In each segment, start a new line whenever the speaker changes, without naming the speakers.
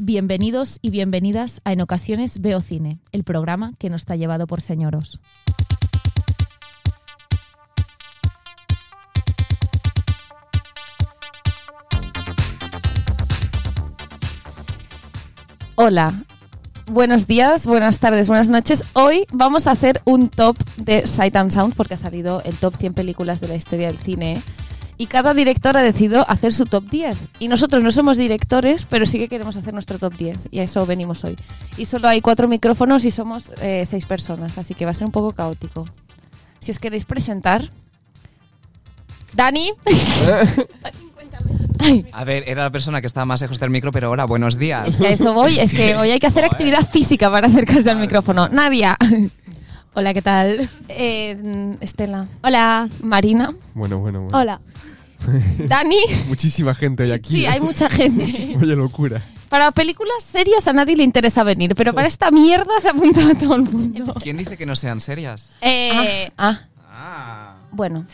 bienvenidos y bienvenidas a En ocasiones Veo Cine, el programa que nos está llevado por señoros. Hola, buenos días, buenas tardes, buenas noches. Hoy vamos a hacer un top de Sight and Sound porque ha salido el top 100 películas de la historia del cine y cada director ha decidido hacer su top 10. Y nosotros no somos directores, pero sí que queremos hacer nuestro top 10 y a eso venimos hoy. Y solo hay cuatro micrófonos y somos eh, seis personas, así que va a ser un poco caótico. Si os queréis presentar, Dani. Ay,
A ver, era la persona que estaba más lejos del micro, pero hola, buenos días.
es que a eso voy, es que hoy hay que hacer
Joder.
actividad física para acercarse al micrófono. Nadia,
Hola, ¿qué tal?
eh, Estela,
Hola.
Marina,
Bueno, bueno, bueno.
Hola.
Dani.
Muchísima gente hoy aquí.
Sí, hay mucha gente.
Oye, locura.
Para películas serias a nadie le interesa venir, pero para esta mierda se apunta a todo el mundo.
¿Quién dice que no sean serias?
Eh,
Ah,
Ah.
bueno.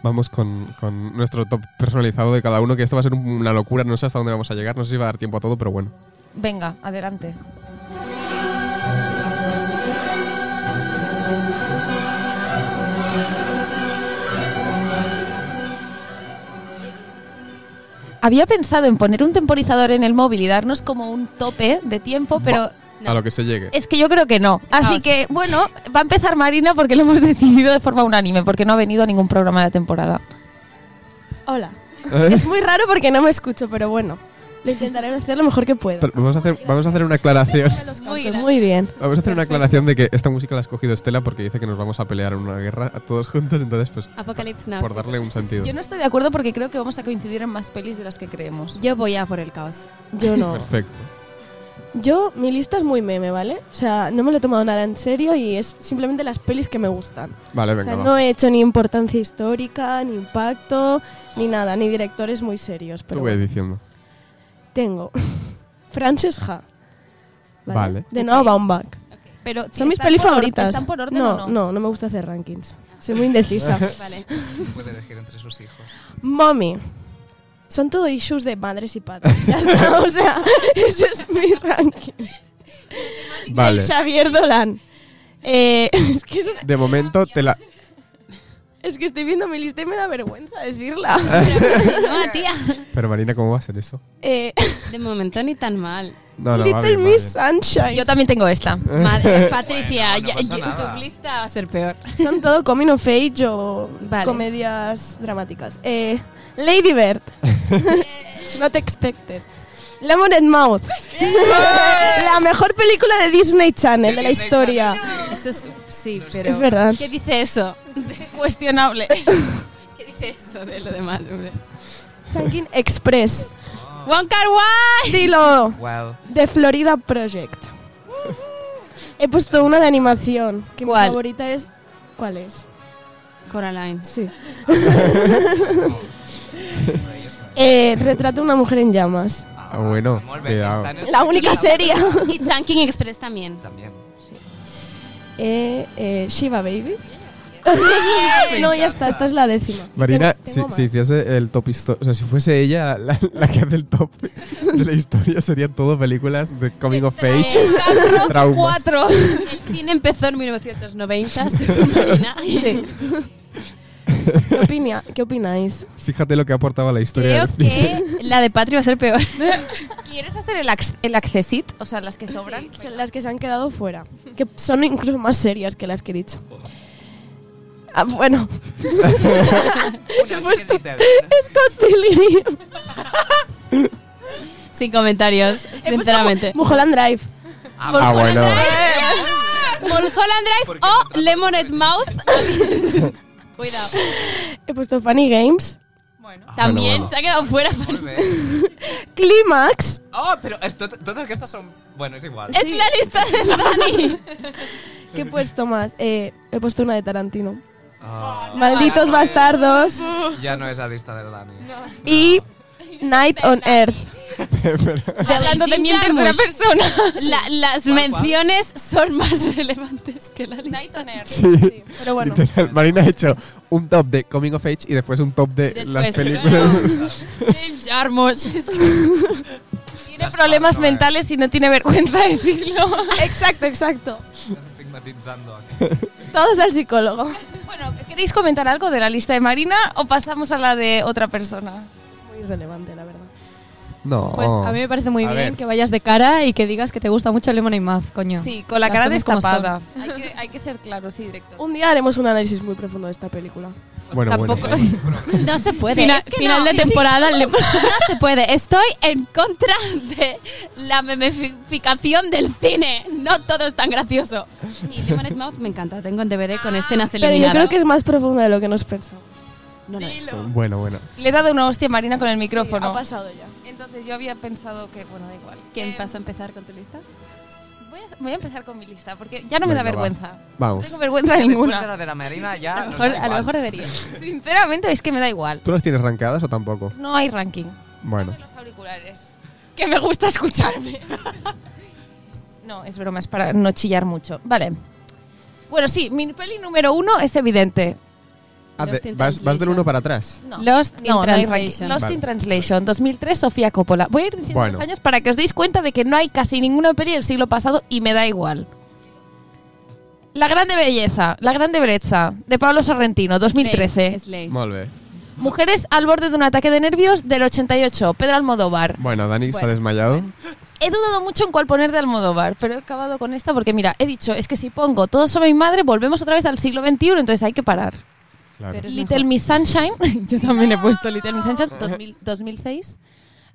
Vamos con, con nuestro top personalizado de cada uno, que esto va a ser un- una locura. No sé hasta dónde vamos a llegar, no sé si va a dar tiempo a todo, pero bueno.
Venga, adelante. Había pensado en poner un temporizador en el móvil y darnos como un tope de tiempo, pero
No.
A lo que se llegue.
es que yo creo que no. Así
No, sí.
que, bueno, va a empezar Marina porque lo hemos decidido de forma unánime, porque no ha venido a ningún programa de la temporada.
Hola. Es muy raro porque no me escucho, pero bueno, lo intentaré hacer lo mejor que pueda.
Pero vamos, a hacer, vamos a hacer una aclaración.
Muy, bien. Muy bien.
Vamos a hacer una
Perfecto.
aclaración de que esta música la ha escogido Estela porque dice que nos vamos a pelear en una guerra a todos juntos, entonces pues
Ah, Apocalypse Now.
por darle un sentido.
Yo no estoy de acuerdo porque creo que vamos a coincidir en más pelis de las que creemos.
Yo voy a por el caos.
Yo no.
Perfecto.
Yo, mi lista es muy meme, ¿vale? O sea, no me lo he tomado nada en serio y es simplemente las pelis que me gustan.
Vale,
o
venga,
sea,
va.
no he hecho ni importancia histórica, ni impacto, ni nada, ni directores muy serios.
Tú
Pero
ve
bueno.
diciendo.
tengo Frances Ha.
Vale.
De Noah Baumbach.
Pero
Son mis
¿están
pelis
por or-
favoritas.
¿Están por orden
no,
o no?
no, no me gusta hacer rankings. Soy muy indecisa.
Vale.
Puede elegir entre sus hijos.
Mommy. Son todo issues de madres y padres. Ya está, o sea, ese es mi ranking.
Vale.
El Xavier Dolan. Eh, es, que es, una-
De momento te la...
es que estoy viendo mi lista y me da vergüenza decirla.
No, tía.
Pero Marina, ¿cómo va a ser eso?
Eh,
De momento ni tan mal.
No, no, va
Little
bien, va
Miss
bien.
Sunshine.
Yo también tengo esta.
Madre, eh, Patricia,
Bueno, no
ya-
pasa
yo-
nada.
tu lista va a ser peor.
Son todo coming of age o
Vale.
comedias dramáticas. Eh, Lady Bird. Not expected. Lemonade Mouth. la mejor película de Disney Channel de la
Disney
historia.
Eso es. Sí,
es
pero.
Es verdad.
¿Qué dice eso? Cuestionable. ¿Qué dice eso de lo demás, hombre?
Changin Express.
Ah.
One Car Wai.
Dilo.
Well,
The Florida Project. He puesto una de animación. Que
¿Cuál?
mi favorita es. ¿Cuál es?
Coraline.
Sí. Eh, retrato de una mujer en llamas.
ah,
bueno,
molt bé,
cuidado.
està en el
La única
sector
serie.
Y Chunking Express también.
También.
Eh, eh, Shiva Baby. no, ya está, esta es la décima.
Marina,
Tengo-
si,
tengo
si
más.
hiciese el top histo- o sea, si fuese ella la, la que hace el top de la historia, serían todo películas de coming of age. Traumas.
Eh, Cuatro. El cine empezó en 1990, según Marina.
¿Qué, opina- qué opináis?
Fíjate lo que ha aportado a la historia.
Creo
del cine.
que la de Patri va a ser peor.
¿Quieres hacer el, acc- el accesit? O sea, las que sobran.
Son las que se han quedado fuera, que son incluso más serias que las que he dicho. Ah, bueno,
Una, sí que detail,
Scott Pilgrim.
Sin comentarios, sinceramente.
Mulholland Drive.
eh? Ah,
Ah,
va.
bueno.
Mulholland Drive
Porque
o
contratan
Lemonade Mouth. Cuidado.
He puesto Funny Games.
También
Ah, bueno.
se ha quedado fuera. Fanny.
Molt bé.
Clímax.
Oh, però és tot, totes aquestes són... Bueno, és igual.
Es la lista de Dani.
¿Qué he puesto más? Eh, he puesto una de Tarantino.
Oh,
Malditos bastardos.
Ja no és la lista del Dani. No.
Y Night on Earth.
Hablando de mi en tercera persona. La- las
¿Cuál, cuál?
menciones son más relevantes que la lista.
Sí.
Pero bueno,
Literal, Marina ha hecho un top de coming of age y después un top de
Después,
las películas.
James Jarmusch.
Tiene problemas
eh.
mentales y no tiene vergüenza de decirlo.
Exacto, exacto.
Estás estigmatizando aquí.
Todos al psicólogo.
Bueno, ¿queréis comentar algo de la lista de Marina o pasamos a la de otra persona?
Es muy irrelevante, la verdad.
No.
Pues a mí me parece muy
A
bien
ver.
que vayas de cara y que digas que te gusta mucho Lemonade Mouth, coño.
Sí, con la
Las
cara
cosas como
destapada. Hay que, hay que ser claros y directos.
Un día haremos un análisis muy profundo de esta película.
bueno,
Tampoco.
bueno.
No se puede.
Fina-
es que
final
no,
de
es que
temporada,
no,
le-
no se puede. Estoy en contra de la memeficación del cine. No todo es tan gracioso. Ah, Y Lemonade Mouth me encanta. Tengo en DVD con escenas
Pero
eliminadas.
yo creo que es más profunda de lo que nos pensamos.
No lo es.
Bueno, bueno.
Le he dado una hostia a Marina con el
ha
micrófono.
pasado ya.
Entonces yo había pensado que, bueno, da igual.
¿Quién
Eh,
pasa a empezar con tu lista?
Voy a, voy a empezar con mi lista porque ya no me da
Venga, va.
vergüenza. No
Vamos.
tengo vergüenza
Después de
ninguna.
la de la Marina ya.
A lo
nos
mejor,
da
a lo
igual.
mejor deberías.
Sinceramente es que me da igual.
¿Tú las tienes rankeadas o tampoco?
No hay ranking.
Bueno.
Dame los auriculares. Que me gusta escucharme. no, es broma, es para no chillar mucho. Vale. Bueno, sí, mi peli número uno es evidente.
Ah,
Lost
de-
in
vas, vas del
Translation.
1 para atrás.
No.
Lost in
no, no hay ranking.
Translation.
Lost
Vale.
in Translation, 2003, Sofía Coppola. Voy a ir diciendo
Bueno.
los años para que os deis cuenta de que no hay casi ninguna peli del siglo pasado y me da igual. La Grande Belleza, La Grande Brecha, de Pablo Sorrentino, 2013.
Slay.
Molt bé.
Mujeres al borde de un ataque de nervios, del 88, Pedro Almodóvar.
Bueno, Dani se ha desmayado.
He dudado mucho en cuál poner de Almodóvar, pero he acabado con esta porque, mira, he dicho, es que si pongo todo sobre mi madre, volvemos otra vez al siglo XXI, entonces hay que parar.
Claro.
Pero- es
Little
mejor.
Miss Sunshine, yo también he puesto Little Miss Sunshine, 2000 2006.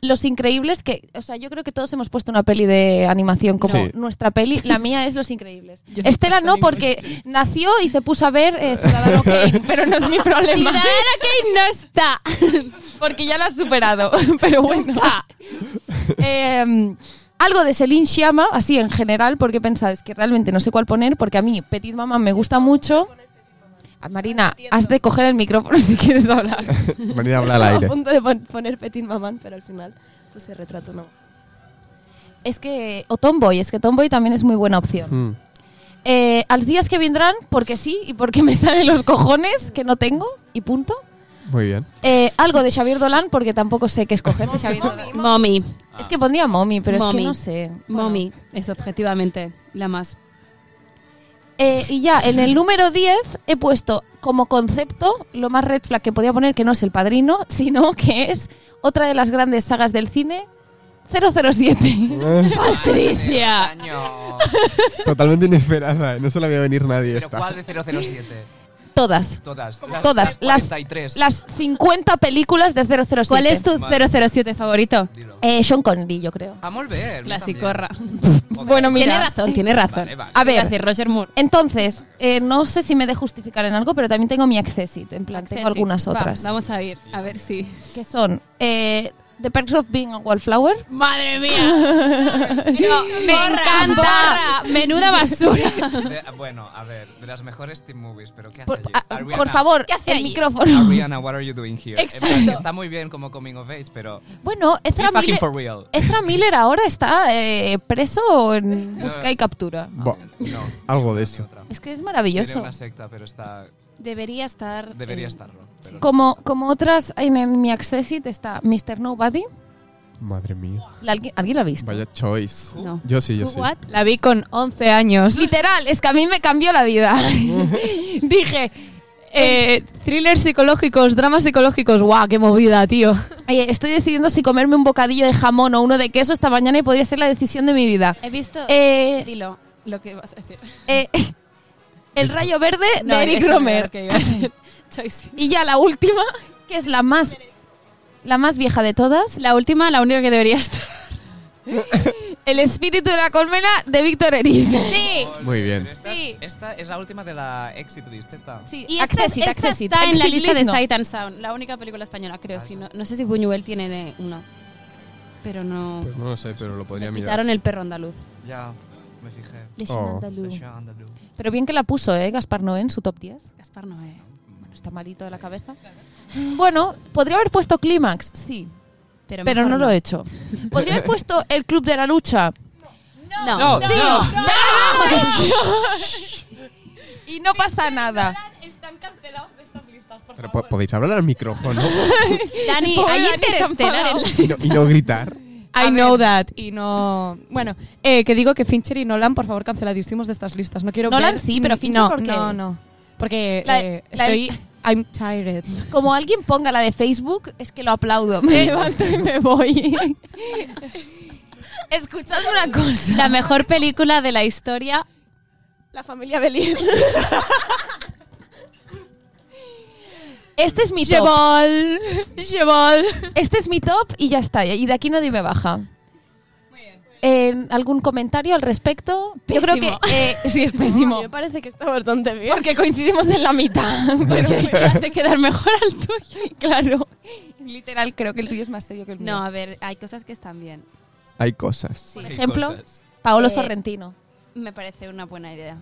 Los Increíbles, que, o sea, yo creo que todos hemos puesto una peli de animación como
Sí.
nuestra peli, la mía es Los Increíbles.
Yo no he
Estela
puesto
no,
ninguna,
porque nació y se puso a ver eh, Ciudadano Kane, pero no es mi problema,
Ciudadana Kane no está.
porque ya la has superado, pero bueno. Eh, algo de Celine Sciamma, así en general, porque he pensado, es que realmente no sé cuál poner, porque a mí Petit Mamá me gusta mucho. Ah, Marina, has de coger el micrófono si quieres hablar.
Venir a hablar al
Estaba
aire.
a punto de pon- poner Petit Mamán, pero al final puse retrato no.
Es que, o Tomboy, es que Tomboy también es muy buena opción.
Mm.
Eh, als días que vendrán, porque sí y porque me salen los cojones que no tengo, y punto.
Muy bien.
Eh, algo de Xavier Dolan, porque tampoco sé qué escoger de Xavier Dolan.
Mommy.
Es que pondría Mommy, pero es que
Mommy.
no sé.
Mommy es objetivamente la más.
Eh, y ya, en el número 10 he puesto como concepto lo más red flag que podía poner, que no es El Padrino, sino que es otra de las grandes sagas del cine, 007.
¡Patricia!
Ay, este año.
Totalmente inesperada. eh. No se la veía venir nadie
¿Pero
esta.
cuál de 007?
Todas.
Todas.
Todas, las-
43.
Las 50 películas de 007.
¿Cuál es tu
Vale.
007 favorito?
Dilo. Ah,
Eh, Sean Connery, yo creo.
Amor ver.
Clasicorra.
Bueno, mira.
Tiene razón, tiene razón.
Vale, vale.
A ver.
Gracias, Roger Moore.
Entonces, eh, no sé si me de justificar en algo, pero también tengo mi Accessit, en plan, tengo algunas
Va,
otras,
vamos a ir, a ver si.
que son eh, The Perks of Being a Wallflower,
¡Madre mía! ¡Me encanta! ¡Menuda basura!
De- bueno, a ver, de las mejores Team Movies, pero ¿qué hace
por,
allí?
ah,
Ariana,
por favor,
¿Qué hace
el
allí?
micrófono.
Ariana, what are you doing here? En plan,
Exacto.
está muy bien como coming of age, pero.
Bueno,
be
Ezra
fucking
Miller,
for real.
Ezra Miller ahora está eh, preso en busca y captura.
Bo-
No.
algo de
ni
eso.
otra.
Es que es
Tiene
maravilloso.
una secta, pero está.
Debería estar.
Debería
en-
estarlo. pero no.
Como, como otras en, el- mi Accessit está Mr. Nobody.
Madre mía.
¿La- alguien, alguien la ha visto?
Vaya choice.
Uh, No.
Yo sí, yo sí.
What?
La vi con 11 años.
Literal, es que a mí me cambió la vida. Dije,
Eh, thrillers psicológicos, dramas psicológicos. ¡Guau, qué movida, tío!
Oye, estoy decidiendo si comerme un bocadillo de jamón o uno de queso esta mañana y podría ser la decisión de mi vida.
He visto.
Eh,
Dilo lo que vas a decir.
eh, el rayo verde
No,
de Eric
es lo
Romer.
peor que iba a decir. Choice.
Y ya la última, que es la más, la más vieja de todas,
La última, la única que debería estar.
El espíritu de la colmena de Víctor Eriz.
Sí.
Muy bien.
Pero esta,
Sí.
es, esta es la última de la Exit List, esta.
Sí,
Y esta,
Accessit,
esta
Accessit.
está en la
Exit
lista de
List no.
Sight and Sound, la única película española, creo. si no, no sé si Buñuel tiene eh, una, pero no.
Pues no lo sé, pero lo podría
Me
mirar.
quitaron el perro andaluz.
Ya, me fijé.
De
Oh.
Shannon Dalú.
De Sean Andalou.
Pero bien que la puso, ¿eh? Gaspar Noé en su top 10.
Gaspar eh. Noé.
Bueno, está malito de la cabeza. Bueno, podría haber puesto Clímax, sí,
Pero,
pero
mejor
no lo he hecho. Podría haber puesto El Club de la Lucha.
No.
No,
Sí.
no.
Y no pasa nada.
Pero po- podéis hablar al micrófono
Dani,
Pobre
hay
Dani, está
Interestelar en
enfadado.
la-
y no, y no gritar.
I
A
know
ver.
that. Y no. Bueno, eh, que digo que Fincher y Nolan, por favor, canceladísimos de estas listas. No quiero
Nolan
ver-
sí, pero
Mm,
Fincher,
no,
¿por qué?
No, no. Porque
La-
eh,
la-
estoy. I'm tired.
Como alguien ponga la de Facebook, es que lo aplaudo. Me levanto y me voy. Escuchad una cosa.
La mejor película de la historia.
La familia Belier.
Este es mi top.
Jebol. Jebol.
Este es mi top y ya está. Y de aquí nadie me baja. Eh, ¿Algún comentario al respecto? Yo creo
Pésimo.
que eh, sí, es pésimo.
Me parece que está bastante bien.
Porque coincidimos en la mitad. Pero me hace quedar mejor al tuyo. Claro. Literal, creo que el tuyo es más serio que el mío.
No, a ver, hay cosas que están bien.
Hay cosas.
Qué
ejemplo,
cosas.
Paolo
Eh,
Sorrentino.
Me parece una buena idea.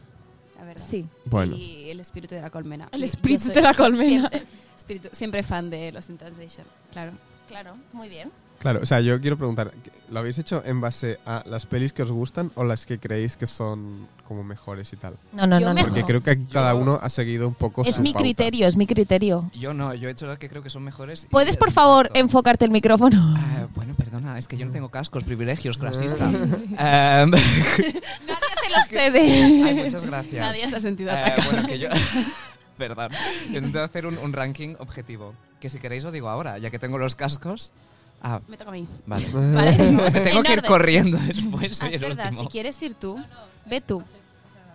La verdad.
Sí.
Bueno.
Y el espíritu de la colmena.
El
Yo
espíritu
soy
de la colmena.
Siempre, espíritu- siempre fan de Los in Translation, claro.
Claro, muy bien.
Claro, o sea, yo quiero preguntar, ¿lo habéis hecho en base a las pelis que os gustan o las que creéis que son como mejores y tal?
No, no,
Yo
no. no,
mejor.
Porque
no.
creo que cada uno ha seguido un poco
Es
su
mi
pauta.
criterio, es mi criterio.
Yo no, yo he hecho las que creo que son mejores. y
¿Puedes,
el
por favor,
em-
impacto.
enfocarte el micrófono?
Ah, bueno, perdona, es que yo no tengo cascos, privilegios, clasista. Em,
te los cede.
ay, muchas gracias.
Nadie se ha sentido
Eh,
atacado.
bueno, que yo. Perdón. Yo intento hacer un, un ranking objetivo. Que si queréis lo digo ahora, ya que tengo los cascos. Ah,
Me toca a mí.
vale.
¿Vale?
pues
Es que tengo
En
que ir
orden.
corriendo después.
Ah,
Soy
es
el
verdad,
último.
si quieres ir tú, ve tú.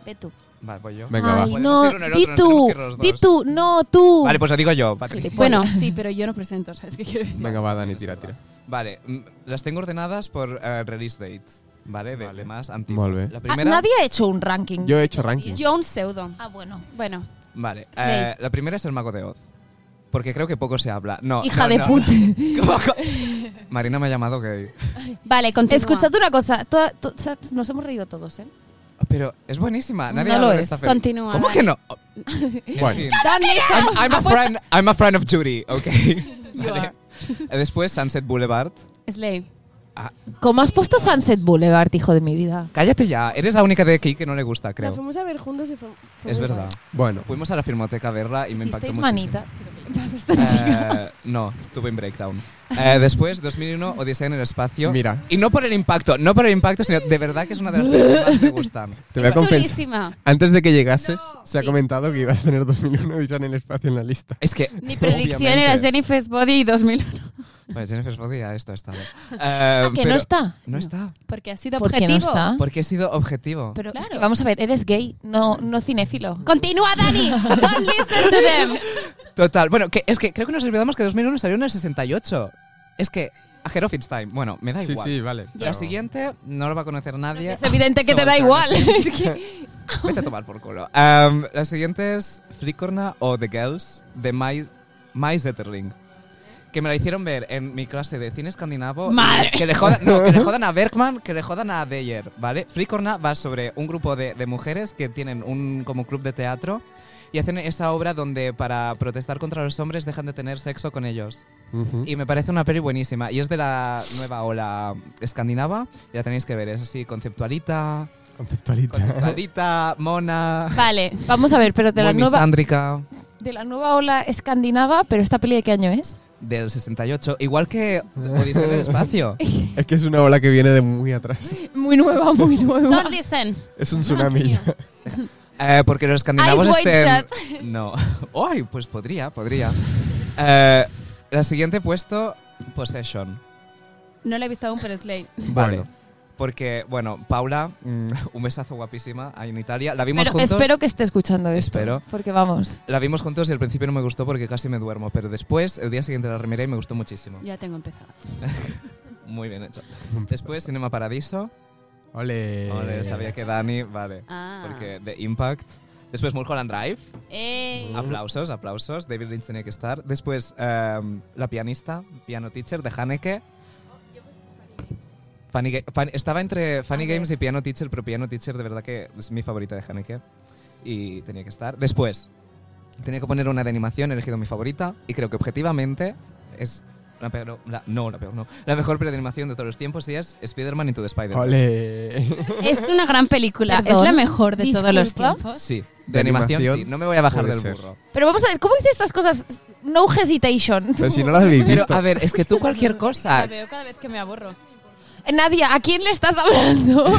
Ve tú.
Vale, voy yo.
Venga,
Ay,
va.
Podemos
no,
ir uno en otro,
di
nos tenemos
tú,
que ir los
di
dos.
tú, no
Uh.
tú.
Vale, pues lo digo yo, Patricia.
Gilipollas.
Bueno, sí, pero yo no presento, ¿sabes qué quiero decir?
Venga, va, Dani, tira, tira.
Vale, mm, las tengo ordenadas por eh, release date. Vale, de, de más antiguo.
Molt bé.
La
Ah,
primera.
Nadie ha hecho un ranking.
pues Yo he hecho ranking.
Yo un pseudo.
Ah, bueno.
Bueno,
Vale, eh, la primera es el mago de Oz. Porque creo que poco se habla. No.
Hija
no,
de
no.
puta.
¿Cómo co- Marina me ha llamado gay.
vale, continúa.
Escuchad una cosa, toda- to- o sea, nos hemos reído todos, ¿eh?
Pero es buenísima. Nadie
No
habla
lo
de
es.
Esta peli.
Continúa.
¿Cómo que no? En
Bueno.
fin.
Don't listen.
I'm, I'm a friend, I'm a friend of Judy, ok.
You
Vale.
ah.
are.
Eh, Después Sunset Boulevard.
Slay.
¿Cómo has puesto Sunset Boulevard, hijo de mi vida?
Cállate ya, eres la única de aquí que no le gusta,
La
creo.
fuimos a ver juntos y fue, fue
Es
muy
verdad.
Bueno,
Fuimos a la filmoteca a verla y me impactó
Hicisteis
muchísimo.
manita. Pero ¿qué le pasa a este esta chica?
Eh, no, tuve un breakdown. Eh, después, 2001, Odisea en el espacio.
Mira.
Y no por el impacto, no por el impacto, sino de verdad que es una de las pelis que más me gustan.
te voy a
Es
confesar.
chulísima.
Antes de que llegases, se ha
Sí.
comentado que iba a tener 2001 y ya en el espacio en la lista.
Es que.
Mi predicción era
obviamente-
Jennifer's Body 2001.
Pues Jennifer Soddy a esto ha estado. Eh,
Ah, que no
pero-
está.
No está.
Porque ha sido
¿Por qué
objetivo.
no está?
Porque he sido objetivo.
Pero es
Claro.
que vamos a ver, eres gay, no, no cinéfilo.
Continúa, Dani. Don't listen to them.
Total. Bueno, que, es que creo que nos olvidamos que 2001 salió en el 68. Es que. A Hero Fits Time. Bueno, me da
Sí,
igual.
sí, vale.
La siguiente no lo va a conocer nadie.
Es evidente que
Se
te da
voltean.
igual. Es que-
Vete a tomar por culo. Em, la siguiente es Flicorna o The Girls de My, My Zetterling. Que me la hicieron ver en mi clase de cine escandinavo.
Madre.
Que le, jodan, no, que le jodan a Bergman, que le jodan a Deyer, ¿vale? Flicorna va sobre un grupo de, de mujeres que tienen un como club de teatro y hacen esa obra donde para protestar contra los hombres dejan de tener sexo con ellos.
Ujú.
Y me parece una peli buenísima. Y es de la nueva ola escandinava. Y la tenéis que ver. Es así, conceptualita,
Conceptualita.
conceptualita, mona.
Vale.
Vamos a ver, pero de la,
muy
nueva,
misándrica
de la nueva ola escandinava, pero ¿esta peli de qué año es?
del 68, igual que Odisea en el espacio.
Es que es una ola que viene de muy atrás.
Muy nueva, muy nueva.
Don't listen.
Es un tsunami.
Eh, porque los escandinavos
Ice White
estén no. Ay, pues podría, podría. Eh, la siguiente puesto Possession.
No la he visto aún, pero Slay.
Vale.
Bueno.
Porque bueno, Paula, mm, un besazo guapísima ahí en Italia. La vimos
Pero
juntos.
espero que esté escuchando esto.
Espero.
Porque vamos.
La vimos juntos y al principio no me gustó porque casi me duermo, pero después el día siguiente la remiré y me gustó muchísimo.
Ya tengo empezado.
Muy bien hecho. Después Cinema Paradiso.
Ole.
Ole, sabía que Dani, vale.
Ah.
Porque The Impact. Después Mulholland Drive.
Eh,
Ah, Aplausos, aplausos. David Lynch tenía que estar. Después, em, la pianista, Piano Teacher, de Haneke. Funny Ga- Fan- estaba entre Funny Games y Piano Teacher, pero Piano Teacher de verdad que es mi favorita de Haneke. Y tenía que estar. Después, tenía que poner una de animación, he elegido mi favorita. Y creo que objetivamente es la peor, la- no, la peor, no. La mejor peli de animación de todos los tiempos y es Spider-Man Into the Spider-Man.
Ole.
es una gran película.
Perdón.
Es la mejor de todos los
Disculpa.
tiempos.
Sí, de,
De
animación,
animación,
sí. No me voy a bajar
puede
del
ser.
burro.
Pero vamos a ver, ¿cómo dices estas cosas? No hesitation.
Pues
Pero si no las habéis
Pero
visto.
a ver, es que tú cualquier cosa,
La veo cada vez que me aburro.
Nadia, ¿a quién le estás hablando?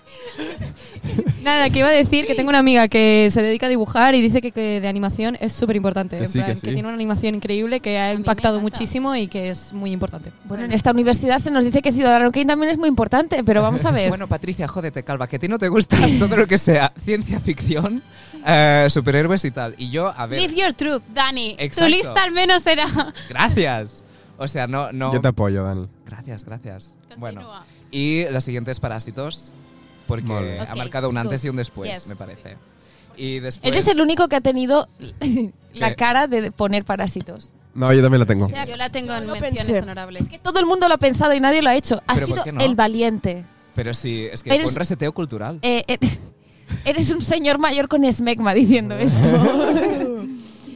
Nada, que iba a decir que tengo una amiga que se dedica a dibujar y dice que, que de animación es súper importante.
Que
en
sí, que
plan,
sí.
tiene una animación increíble que ha
me
impactado
encanta.
muchísimo y que es muy importante.
bueno, en esta universidad se nos dice que Ciudadano Kane también es muy importante, pero vamos a ver.
Bueno, Patricia, jódete, calva, que a ti no te gusta todo lo que sea ciencia ficción, eh, superhéroes y tal. Y yo, a ver,
Live your truth, Dani.
Exacto.
Tu lista al menos era.
gracias. O sea, no, no.
Yo te apoyo, Dani.
Gracias, gracias. Bueno,
Continúa.
y la siguiente es Parásitos, porque
Muy bien.
ha
Ok,
marcado un antes
good.
y un después,
Yes.
me parece. Y después.
Eres el único que ha tenido la
¿Qué?
cara de poner parásitos.
No, yo también la tengo.
Yo la tengo en
no
menciones
pensé.
honorables.
Que todo el mundo lo ha pensado y nadie lo ha hecho. Has
Pero ¿por
sido
qué no?
el valiente.
Pero sí, es que
Eres-
fue un reseteo cultural.
Eh, eh, eres un señor mayor con esmegma diciendo esto.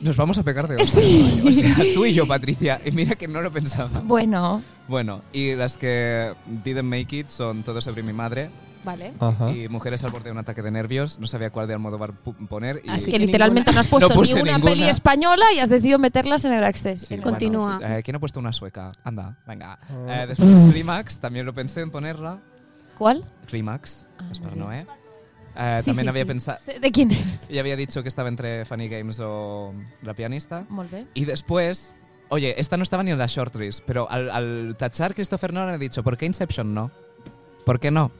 Nos vamos a pegar de
Sí.
O sea, tú y yo, Patricia. Y mira que no lo pensaba.
bueno,
Bueno, y las que didn't make it son Todo sobre mi madre
vale.
Ajá.
y Mujeres al borde de un ataque de nervios. No sabía cuál de Almodóvar pu- poner. Y
Así
que,
que
literalmente no has puesto
No
ni
puse
una
ninguna.
peli española y has decidido meterlas en el Access.
Sí,
En el-
bueno,
Continúa.
sí. Eh, ¿Quién ha puesto una sueca? Anda, venga.
Ah.
Eh, después Climax, también lo pensé en ponerla.
¿Cuál?
Climax,
Ah,
es para
vale.
Noé. Eh,
Sí,
también
sí,
había
sí.
pensado...
Sé ¿De quién es?
Y había dicho que estaba entre Funny Games o La Pianista.
Molt bé.
Y después... Oye, esta no estaba ni en la short list, pero al, al tachar Christopher Nolan he dicho, ¿por qué Inception no? ¿Por qué no?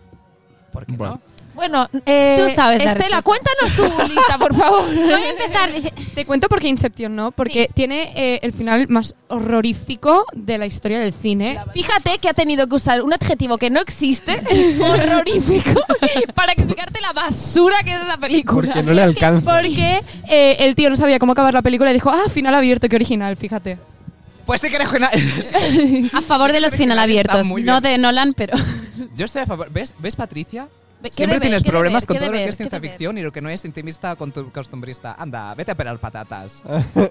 ¿Por qué
Bueno.
Bueno, eh,
Tú sabes la
Estela,
respuesta.
cuéntanos tu lista, por favor.
Voy a empezar. dice-
Te cuento por qué Inception no, porque tiene eh, el final más horrorífico de la historia del cine.
Fíjate que ha tenido que usar un adjetivo que no existe, horrorífico, para explicarte la basura que es esa película.
Porque no le alcanza. Pues
Porque eh, el tío no sabía cómo acabar la película y dijo, ah, final abierto, qué original, fíjate.
no? Pues sí que eres gena-
A favor de los final abiertos.
muy
No
bien.
de Nolan, pero.
Yo estoy a favor. ¿Ves, ¿Ves Patricia?
Ve- qué
Siempre
deber,
tienes
qué deber,
problemas con
qué
todo lo
deber,
que es ciencia
qué deber.
ficción y lo que no es intimista con tu costumbrista. Anda, vete a pelar patatas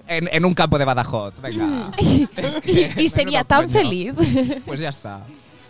en, en un campo de Badajoz. Venga. Es que-
Y- Y,
menudo
sería tan
coño.
feliz.
Pues ya está.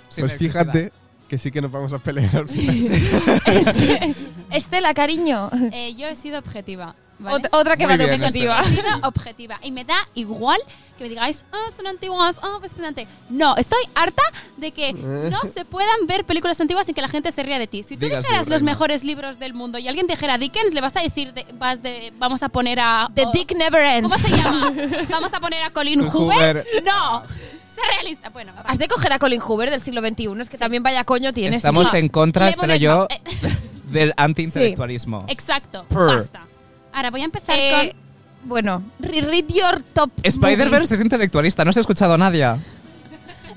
Sin
Pues
electricidad.
fíjate que sí que nos vamos a pelear al final.
Este- Estela, cariño.
Eh, yo he sido objetiva. ¿vale?
Otra, otra que
Muy
va de
bien,
objetiva.
He sido objetiva. Y me da igual que me digáis, ah, son antiguas, ah, pues espérate. No, estoy harta de que no se puedan ver películas antiguas sin que la gente se ría de ti. Si tú
Dígase,
dijeras los
reina.
mejores libros del mundo y alguien te dijera Dickens, le vas a decir, de- vas de, vamos a poner a.
The
o-
Dick Never Ends.
¿Cómo se llama? ¿Vamos a poner a Colin Hoover?
Hoover.
No, sé realista. Bueno, va.
Has de coger a Colin Hoover del siglo XXI, es que también vaya coño este tienes.
Estamos en contra,
Lemonade
Estela y yo,
Mouth.
eh.
del antiintelectualismo.
exacto,
Purr.
basta. Ahora voy a empezar
Eh,
con.
bueno, reread your top movies.
Spider-Verse es intelectualista, no se ha escuchado a nadie.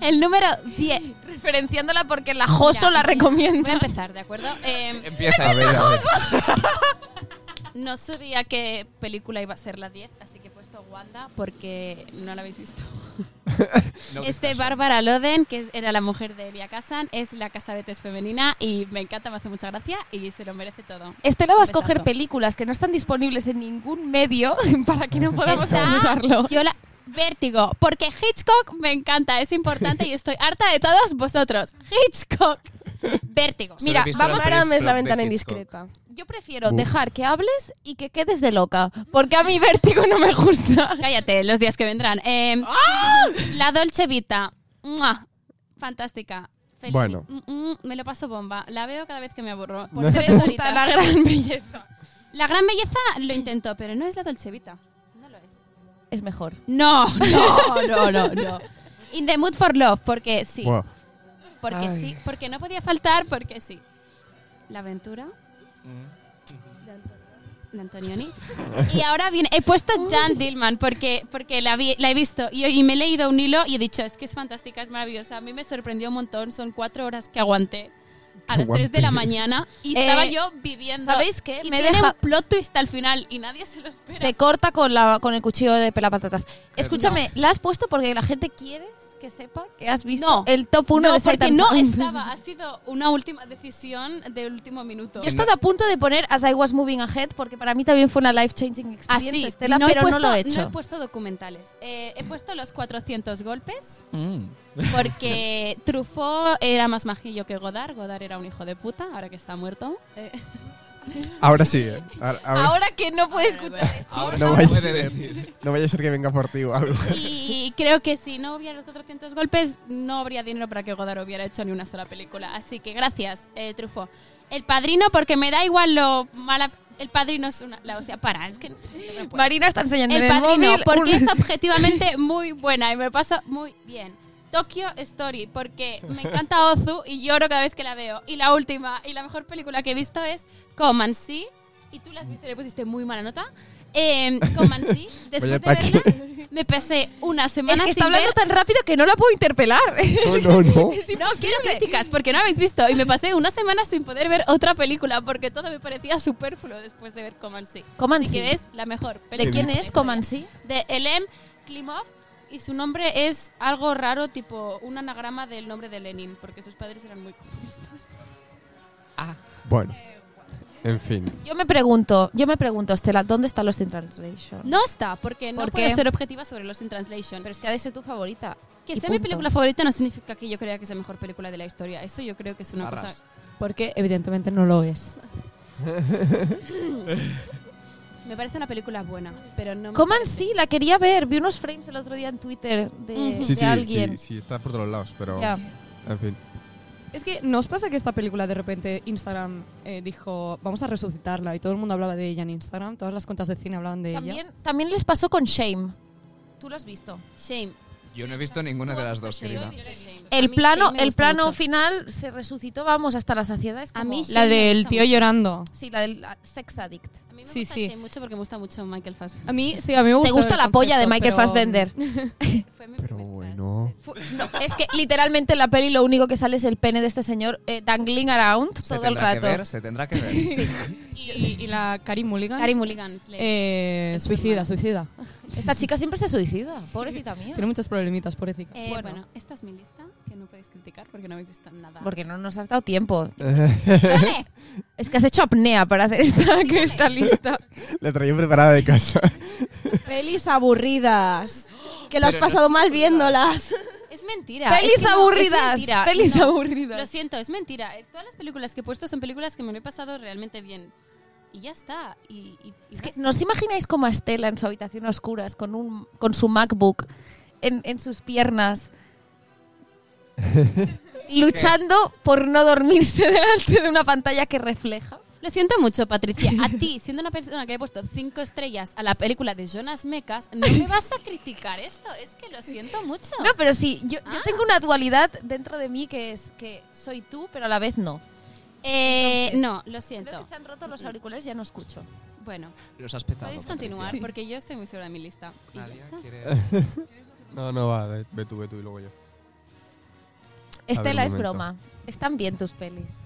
El número 10.
Referenciándola porque la Joso
Mira,
la recomienda.
Voy a empezar, ¿de acuerdo? Eh,
Empieza a ver. a ver.
No sabía qué película iba a ser la 10, así que he puesto Wanda porque no la habéis visto.
No,
este
discurso.
Bárbara Loden, que es- era la mujer de Elia Kazan, es la cazabetes femenina y me encanta, me hace mucha gracia y se lo merece todo.
Estela va Este a escoger
Empezando.
películas que no están disponibles en ningún medio para que no podamos
Está-
ayudarlo.
Yo la Vértigo, porque Hitchcock me encanta, es importante y estoy harta de todos vosotros. Hitchcock, Vértigo.
Solo he
mira,
visto
vamos-
las pelis
Ahora me es la
flop de
ventana
Hitchcock.
indiscreta.
Yo prefiero
Uf.
dejar que hables y que quedes de loca, porque a mí vértigo no me gusta.
Cállate, los días que vendrán. Eh, La Dolce Vita. ¡Mua! Fantástica. Feliz.
Bueno.
Mm, mm, me lo paso bomba. La veo cada vez que me aburro. Por
No
tres
Me gusta
horitas.
la gran belleza.
La gran belleza lo intentó, pero no es la Dolce Vita. No lo es.
Es mejor.
No, no, no, no, no. In the Mood for Love, porque sí.
Buah.
Porque
Ay.
sí. Porque no podía faltar, porque sí. La aventura de Antonioni. Y ahora viene, he puesto Jan Dillman porque, porque la, vi- la he visto y, y me he leído un hilo y he dicho, es que es fantástica, es maravillosa. A mí me sorprendió un montón, son cuatro horas que aguanté a las 3 de la mañana y
Eh,
estaba yo viviendo.
¿Sabéis qué?
Y
Me he
tiene
deja-
un plot twist al final y nadie se lo espera.
Se corta con, la, con el cuchillo de pelapatatas. Escúchame, ¿la has puesto porque la gente quiere que sepa que has visto
No.
el top 1
no,
de
porque
Saitama?
no estaba, ha sido una última decisión de último minuto.
Yo he estado a punto de poner As I Was Moving Ahead porque para mí también fue una life-changing experience,
Así,
Estela,
no he
pero
puesto,
Ah, no lo he
no
hecho.
he puesto documentales. Eh, he puesto los 400 golpes.
Mm.
Porque Truffaut era más majillo que Godard. Godard era un hijo de puta, ahora que está muerto. Eh,
Ahora sí, ¿eh? Ahora, ahora-
Ahora que no puede escuchar esto.
Ahora
No
se
vaya a
puede
ser.
decir.
no vaya a ser que venga por ti o algo.
Y creo que si no hubiera los 400 golpes, no habría dinero para que Godard hubiera hecho ni una sola película. Así que gracias, eh, Truffaut. El padrino, porque me da igual lo mala. El padrino es una. La hostia, para, es que. no puedo.
Marina está enseñando
el
en el
padrino,
móvil
porque
un-
es objetivamente muy buena y me lo paso muy bien. Tokyo Story, porque me encanta Ozu y lloro cada vez que la veo. Y la última y la mejor película que he visto es Comancy. Y tú la has visto y le pusiste muy mala nota. Eh, Comancy, después de
ataque.
verla, me pasé una semana
Es que
sin
está hablando
ver-
tan rápido que no la puedo interpelar.
No, no, no.
no, quiero críticas porque no habéis visto. Y me pasé una semana sin poder ver otra película porque todo me parecía superfluo después de ver Comancy. Así
Comancy.
que es la mejor película.
¿De quién
de la
es
historia
Comancy?
de Elem Klimov y su nombre es algo raro, tipo un anagrama del nombre de Lenin, porque sus padres eran muy comunistas.
Bueno. En fin.
Yo me pregunto, yo me pregunto, Estela, ¿dónde están los in Translation?
No está, porque no
¿Por
puedo
qué?
ser objetiva sobre los in translation.
Pero es que ha de ser tu favorita.
que
y
sea mi
punto.
película favorita no significa que yo crea que sea la mejor película de la historia. Eso yo creo que es una
Arras.
cosa.
Porque evidentemente no lo es.
Me parece una película buena, pero no. me
Coman
parece-
sí, la quería ver. Vi unos frames el otro día en Twitter de,
Ujú.
de
Sí, sí,
alguien.
sí, sí, está por todos lados, pero.
Ya.
En fin.
Es que ¿no os pasa que esta película de repente Instagram eh, dijo vamos a resucitarla y todo el mundo hablaba de ella en Instagram, todas las cuentas de cine hablaban de ella?
También, también les pasó con Shame. Tú lo has visto.
Shame.
Yo no he visto ninguna de las dos,
pues
querida.
El plano, el plano
final
final se resucitó, vamos, hasta la saciedad. Es como-
A mí sí.
La del
gusta
tío
mucho.
llorando.
Sí, la del ah, sex addict.
A mí me
Sí,
gusta
sí.
Shame mucho porque me gusta mucho Michael Fassbender.
A mí sí, a mí me gusta.
Te gusta
el
la polla de
concepto,
Michael
pero-
Fassbender.
Fue mi
Pero
primer
bueno.
crush.
Fu- no, es que literalmente en la peli lo único que sale es el pene de este señor eh, dangling around
Se
todo el
tendrá que
rato.
ver, se tendrá que ver.
Y, y la Cari Mulligan.
Carey Mulligan. Slade.
eh, suicida, suicida.
Esta chica siempre se suicida, pobrecita mía.
Tiene muchos problemitas, pobrecita.
Eh,
Bueno.
bueno. esta es mi lista, que no podéis criticar porque no habéis visto nada.
Porque no nos has dado tiempo.
Eh. Vale,
Es que has hecho apnea para hacer esta, que esta lista.
La traía preparada de casa.
Pelis aburridas. Que lo has
Pero no
pasado
son
mal viéndolas.
es mentira. es
Pelis
que no, es
aburridas.
mentira.
Pelis
No, Lo
aburridas.
siento, es mentira. Eh, Todas las películas que he puesto son películas que me lo he pasado realmente bien. Y ya está. Y, y- y
Es que,
basta.
¿Nos imagináis como a Estela en su habitación a oscuras con, un, con su MacBook en, en sus piernas? luchando por no dormirse delante de una pantalla que refleja.
Lo siento mucho, Patricia. A ti, siendo una persona que le he puesto cinco estrellas a la película de Jonas Mecas, no me vas a criticar esto. Es que lo siento mucho.
No, pero sí, yo,
Ah.
yo tengo una dualidad dentro de mí que es que soy tú, pero a la vez no.
Eh, no, lo
Creo pues, que
siento.
se han roto los auriculares, ya no escucho.
Bueno,
Los has petado.
podéis
Patricia.
continuar porque yo estoy muy segura de mi lista. Y ya
Nadia,
está.
¿quiere-
No, no, va, ve, ve tú, ve tú y luego yo.
Estela,
un
es
momento.
broma. Están bien tus pelis.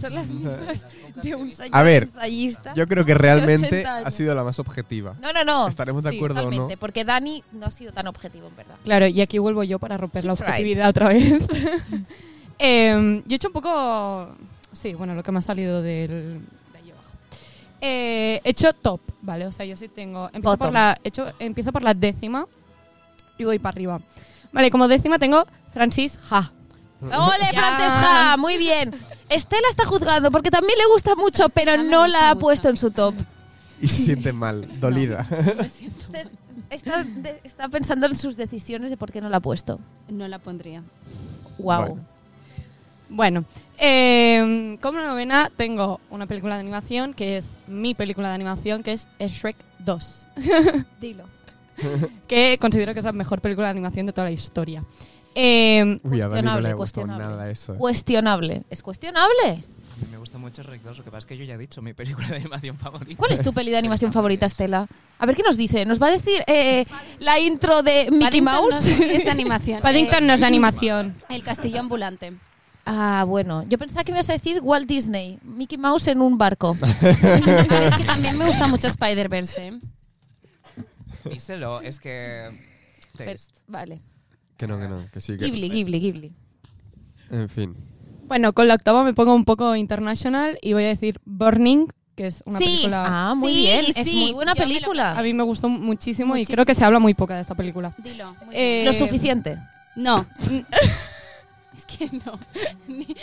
Son las mismas de un señor
A ver,
ensayista.
Yo creo que realmente
80 años.
ha sido la más objetiva.
No, no, no.
Estaremos de
sí,
acuerdo o no.
Totalmente, porque Dani no ha sido tan objetivo, en verdad.
Claro, y aquí vuelvo yo para romper la
He tried.
objetividad otra vez. Em, yo he hecho un poco. Sí, bueno, lo que me ha salido del, de ahí abajo. Eh, he hecho top, ¿vale? O sea, yo sí tengo. Empiezo por,
Bottom.
la, he hecho- empiezo por la décima y voy para arriba. Vale, como décima tengo Francis Ha.
¡Ole, Francesca! Muy bien. Estela está juzgando porque también le gusta mucho, pero
me
no
gusta
la ha
mucho.
puesto en su top.
Y se siente mal, dolida.
Lo siento.
Entonces, está, de- está pensando en sus decisiones de por qué no la ha puesto.
No la pondría.
Wow.
Bueno.
Bueno, em, como novena tengo una película de animación que es mi película de animación, que es Shrek 2.
Dilo.
que considero que es la mejor película de animación de toda la historia. Eh,
Uy, a Dani no
Cuestionable,
le ha gustado
cuestionable.
nada eso. eh.
Cuestionable. ¿Es cuestionable?
A mí me gusta mucho Shrek 2, lo que pasa es que yo ya he dicho mi película de animación favorita.
¿Cuál es tu peli de animación favorita, Estela? A ver qué nos dice. ¿Nos va a decir eh, la intro de Mickey
Paddington
Mouse?
No es de animación.
Paddington no es de animación.
Eh, el castillo ambulante.
Ah, bueno. Yo pensaba que me ibas a decir Walt Disney. Mickey Mouse en un barco.
Pero es que también me gusta mucho Spider-Verse. ¿eh?
Díselo, es que... Taste.
vale.
Que no, que no, que sí. Que...
Ghibli, Ghibli, Ghibli.
En fin.
Bueno, con la octava me pongo un poco internacional y voy a decir Burning, que es una
Sí.
película...
Ah, muy
Sí,
bien. Es
sí,
muy buena
yo me lo-
A
película.
mí me gustó muchísimo, y
Muchísimo.
creo
Eh,
que se habla muy poca de esta película.
Dilo. muy
Eh,
bien.
Lo suficiente.
no. es que no. Ni-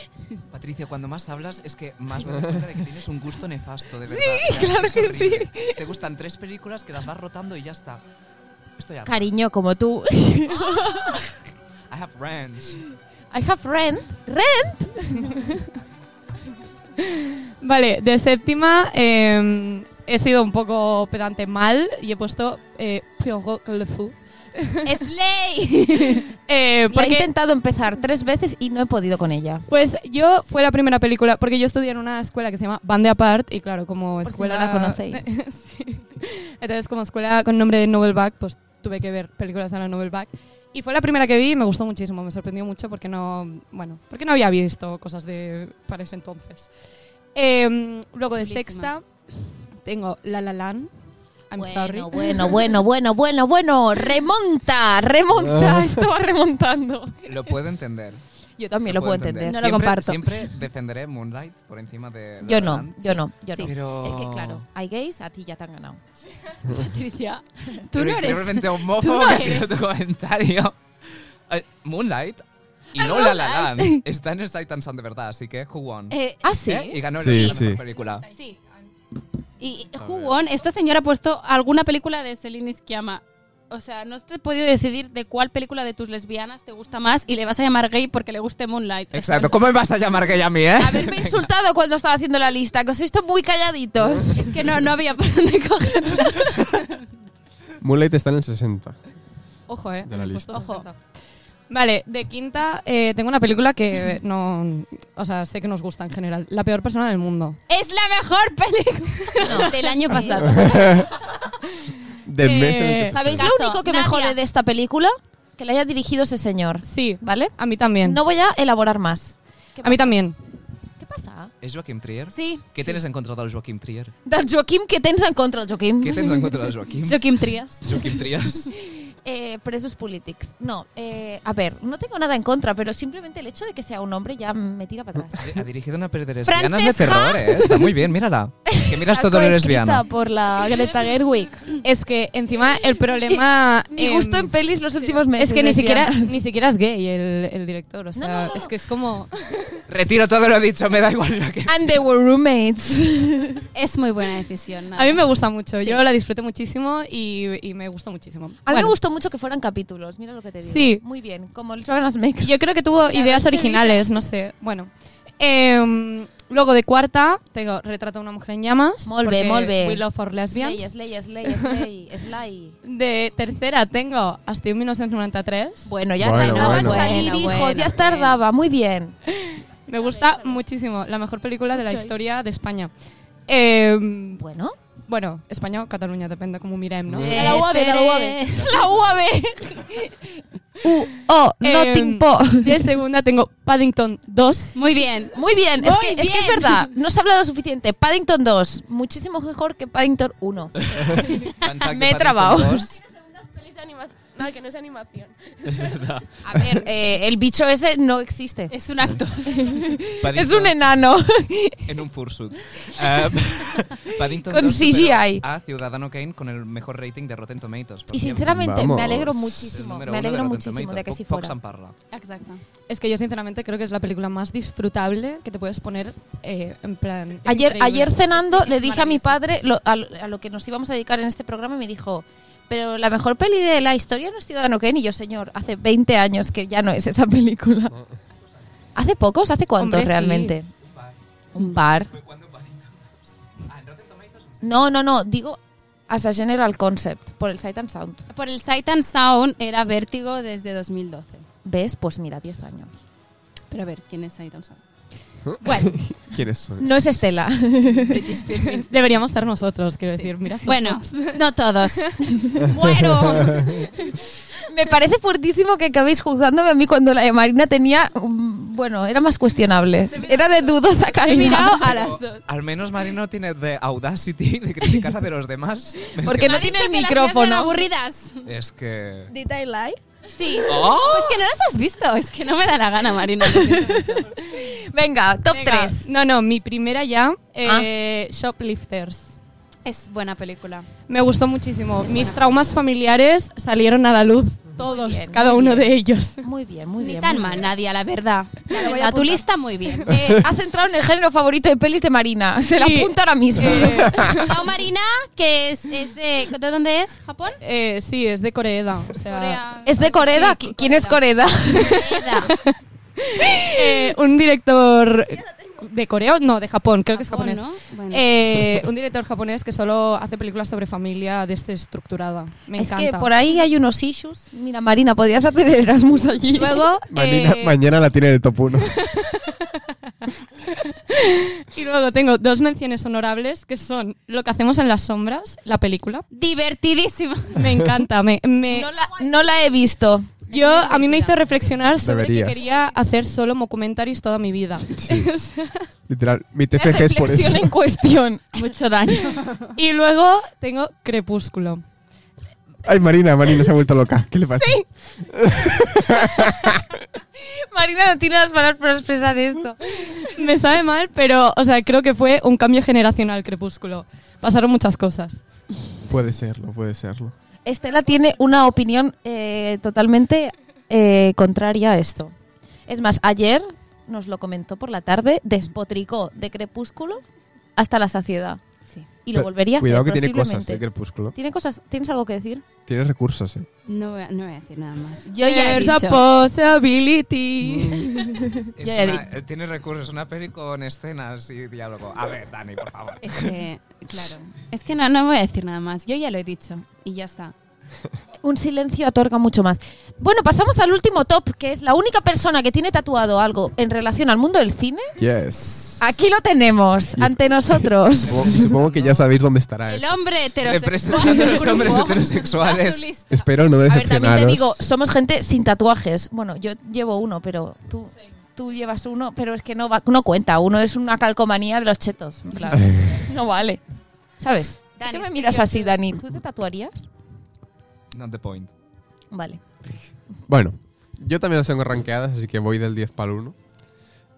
Patricia, cuando más hablas es que más me doy cuenta de que tienes un gusto nefasto, de verdad. Sí,
claro que sí.
Te gustan tres películas que las vas rotando y ya está. Estoy harta.
Cariño, como tú.
I have friends.
I have rent. Rent.
Vale, de séptima eh, he sido un poco pedante mal y he puesto eh, Pierrot le Fou.
¡Es ley!
La
Eh,
he
porque,
intentado empezar tres veces y no he podido con ella.
pues yo fue la primera película, porque yo estudié en una escuela que se llama Bande Apart y claro, como
si
escuela...
no la conocéis.
Sí. Entonces, como escuela con nombre de Novel Back, pues tuve que ver películas de la Novel Back. Y fue la primera que vi y me gustó muchísimo, me sorprendió mucho porque no, bueno, porque no había visto cosas de para ese entonces. Em, luego de
Chulísima.
sexta tengo La La Land. I'm
bueno,
sorry.
bueno, bueno, bueno, bueno, bueno. Remonta,
Ah.
remonta. Esto va remontando.
Lo puedo entender.
Yo también lo puedo entender.
No lo
Siempre-
comparto.
Siempre defenderé Moonlight por encima de. La
Yo
La
no,
Land.
yo no, yo no.
Pero-
Es que claro, hay gays, a ti ya te han ganado.
Patricia, tú
Pero
no eres.
increíblemente homófobo
tú no
que ha sido tu comentario. Eh, Moonlight y
Ah,
no La La Land están en Sight and Sound de verdad, así que who won?
Eh, ah,
Ah, sí.
¿Eh? Y ganó
Sí,
la mejor
sí.
película.
sí. Y who won? Esta señora ha puesto alguna película de Celine Sciamma. O sea, no te he podido decidir de cuál película de tus lesbianas te gusta más y le vas a llamar gay porque le guste Moonlight.
Exacto, ¿cómo me vas a llamar que ya a mí, eh?
Haberme insultado cuando estaba haciendo la lista, que os he visto muy calladitos.
Es que no, no había por dónde cogerla.
Moonlight está en el 60.
Ojo, eh.
De la
he
lista.
puesto
Ojo.
60. Vale, de quinta eh, tengo una película que no, o sea, sé que nos gusta en general. La peor persona del mundo.
Es la mejor película del
Eh,
año pasado.
Del
Eh,
mes en el que se
¿Sabéis
Caso,
lo único que me
Nadia.
jode de esta película? Que la haya dirigido ese señor,
Sí,
¿vale?
a mí también.
No voy a elaborar más. ¿Qué
a mí también.
¿Qué pasa?
¿Es Joaquim Trier?
Sí.
¿Qué tienes en contra del Joaquim Trier?
Del Joaquim, ¿qué tens en contra del Joaquim?
¿Qué tienes en contra del Joaquim?
Joaquim Trias.
Joaquim Trier.
Eh, presos politics. No, eh, a ver, no tengo nada en contra, pero simplemente el hecho de que sea un hombre ya me tira para atrás.
Ha dirigido una peli de lesbianas de
Francesca.
terror, eh. Está muy bien, mírala. Que miras todo lo
Coescrita
lesbiano.
por la Greta Gerwig.
Es que encima el problema.
Mm. Mi
em,
gusto en pelis los últimos meses.
es que ni siquiera,
lesbianas.
ni siquiera es gay el, el director. O sea,
no, no.
es que es como.
Retiro todo lo dicho, me da igual lo que.
And they were roommates.
Es muy buena decisión.
A mí me gusta mucho. Yo la disfruto muchísimo y, y me gustó muchísimo.
A mí
Bueno,
me gustó mucho que fueran capítulos, mira lo que te digo.
Sí.
Muy bien, como el Jonas Make.
Yo creo que tuvo ideas
se
originales, no sé. Bueno. Em, luego de cuarta, tengo Retrato a una mujer en llamas.
Molt
porque
bé, molt bé.
We love for lesbians.
Slay, slay, slay, slay, slay.
De tercera tengo Hasta 1993.
Bueno, ya
Bueno,
tardaban
bueno.
salir,
Bueno,
hijos,
bueno,
ya tardaba, muy bien.
Me gusta muchísimo. La mejor película de la
Choice.
historia de España. Em,
Bueno,
Bueno, España o Cataluña, depende como mirem, ¿no?
Eh,
la UAB, la UAB.
Tere.
la UAB. U O,
Em, De segunda tengo Paddington 2.
Muy bien.
Muy bien, es
Muy
que, es que es
bien.
verdad, no se habla lo suficiente. Paddington 2, muchísimo mejor que Paddington 1.
Fantastic
Me he
Paddington
trabado.
2.
Segundas pelis de animación. No, que no es animación.
A ver, eh, el bicho ese no existe.
Es un acto.
Es
Paddington
un enano.
En un fursuit. Eh, Paddington
Con
2 superó
CGI.
A Ciudadano Kane con el mejor rating de Rotten Tomatoes. por
Y
cierto.
sinceramente,
Vamos.
me alegro
El
muchísimo,
número
me
uno
alegro
Rotten
muchísimo
Tomatoes,
de que sí
Fox
fuera.
and Parra.
Exacto.
Es que yo sinceramente creo que es la película más disfrutable que te puedes poner eh, en plan... es
Ayer,
increíble.
ayer cenando
Sí, es
le dije a mi
maravilloso.
padre lo- a, lo- a lo que nos íbamos a dedicar en este programa y me dijo, pero la mejor peli de la historia no es Ciudadano Kane y yo, señor, hace 20 años que ya no es esa película. ¿Hace pocos? ¿Hace cuántos
Hombre, sí.
realmente? Un par. No, no, no, digo as a general concept, por el Sight and Sound.
Por el Sight and Sound era Vértigo desde 2012.
¿Ves? Pues mira, 10 años.
Pero a ver, ¿quién es Sight and Sound?
Bueno,
¿Eh? ¿Quiénes son?
no es Estela.
Deberíamos estar nosotros, quiero decir. Mira,
Bueno, no todos.
Bueno. Me parece fuertísimo que acabéis juzgándome a mí cuando la de Marina tenía. mm, Bueno, era más cuestionable. Era de dudosa calidad.
a las dos.
Pero Al menos Marino tiene de audacity de criticar a de los demás. Es
Porque
que-
no
Ha dicho
tiene el
que las mías eran
micrófono.
aburridas.
Es que...
Did I lie?
Sí. Pues que no las has visto. Es que no me da la gana, Marina.
Venga, top 3.
No, no, mi primera ya,
Ah.
eh, Shoplifters.
es buena película.
Me gustó muchísimo. Mis traumas familiares salieron a la luz. Todos,
bien,
cada
muy
uno
bien.
de ellos.
Muy bien, muy
Ni
bien.
tan
muy
mal,
bien.
Nadia, la verdad. La
voy a
verdad, tu
apuntar.
lista muy bien.
Eh, has entrado en el género favorito de pelis de Marina. Se la
Sí.
apunta ahora mismo.
La Marina, que es, es de... ¿De dónde es? ¿Japón?
Eh, sí, es de Corea. O sea,
Corea.
¿Es de Coreda?
Sí,
¿Quién es Coreda?
Coreda.
eh, un director de Corea, no, de Japón, creo que es
Japón,
japonés.
¿no? Bueno.
Eh, un director japonés que solo hace películas sobre familia desestructurada. Me
es
encanta.
que por ahí hay unos issues. Mira, Marina, podrías hacer el Erasmus allí.
Luego,
Mañana,
eh,
mañana la tiene en el top 1.
y luego tengo dos menciones honorables que son Lo que hacemos en las sombras, la película.
Divertidísimo.
Me encanta. me, me-
No la, no la he visto.
yo, a mí me hizo reflexionar sobre
Deberías.
que quería hacer solo documentaries toda mi vida. O sea,
Literal, mi
La
TFG es por eso.
reflexión en cuestión.
Mucho daño.
y luego tengo Crepúsculo.
Ay, Marina, Marina se ha vuelto loca. ¿Qué le pasa?
Sí. Marina no tiene las palabras para expresar esto.
Me sabe mal, pero o sea, creo que fue un cambio generacional Crepúsculo. Pasaron muchas cosas.
Puede serlo, puede serlo.
Estela tiene una opinión eh, totalmente eh, contraria a esto. Es más, ayer nos lo comentó por la tarde, despotricó de crepúsculo hasta la saciedad.
Sí.
Y lo
Pero
volvería a hacer.
Cuidado que tiene
posiblemente.
cosas, eh, Crepúsculo.
¿Tiene cosas. ¿Tienes algo que decir?
Tiene recursos, eh.
No voy, a, no voy a decir nada más.
Yo ya he
There's
dicho.
Mm.
a possibility.
Es
Ya, ya
una- eh, tiene recursos, una peli con escenas y diálogo. A ver, Dani, por favor.
Es que, claro. este, Es que no, no voy a decir nada más. Yo ya lo he dicho. Y ya está.
Un silencio otorga mucho más. Bueno, pasamos al último top, que es la única persona que tiene tatuado algo en relación al mundo del cine.
Yes.
Aquí lo tenemos, ante nosotros.
Supongo, supongo que ya sabéis dónde estará
El
eso.
hombre heterosexual.
Ah, Representando a los
del
hombres
grupo. A su
heterosexuales.
lista.
Espero no
A ver, también
decepcionaros.
te digo, somos gente sin tatuajes. Bueno, yo llevo uno, pero tú, tú llevas uno, pero es que no, va, no cuenta. Uno es una calcomanía de los chetos. en plan, no vale. ¿Sabes? ¿Por
Dani,
qué me
es que
miras
yo
así,
creo-
Dani? ¿Tú te tatuarías?
Not the point.
Vale.
Bueno, yo también las tengo rankeadas, así que voy del 10 para el 1.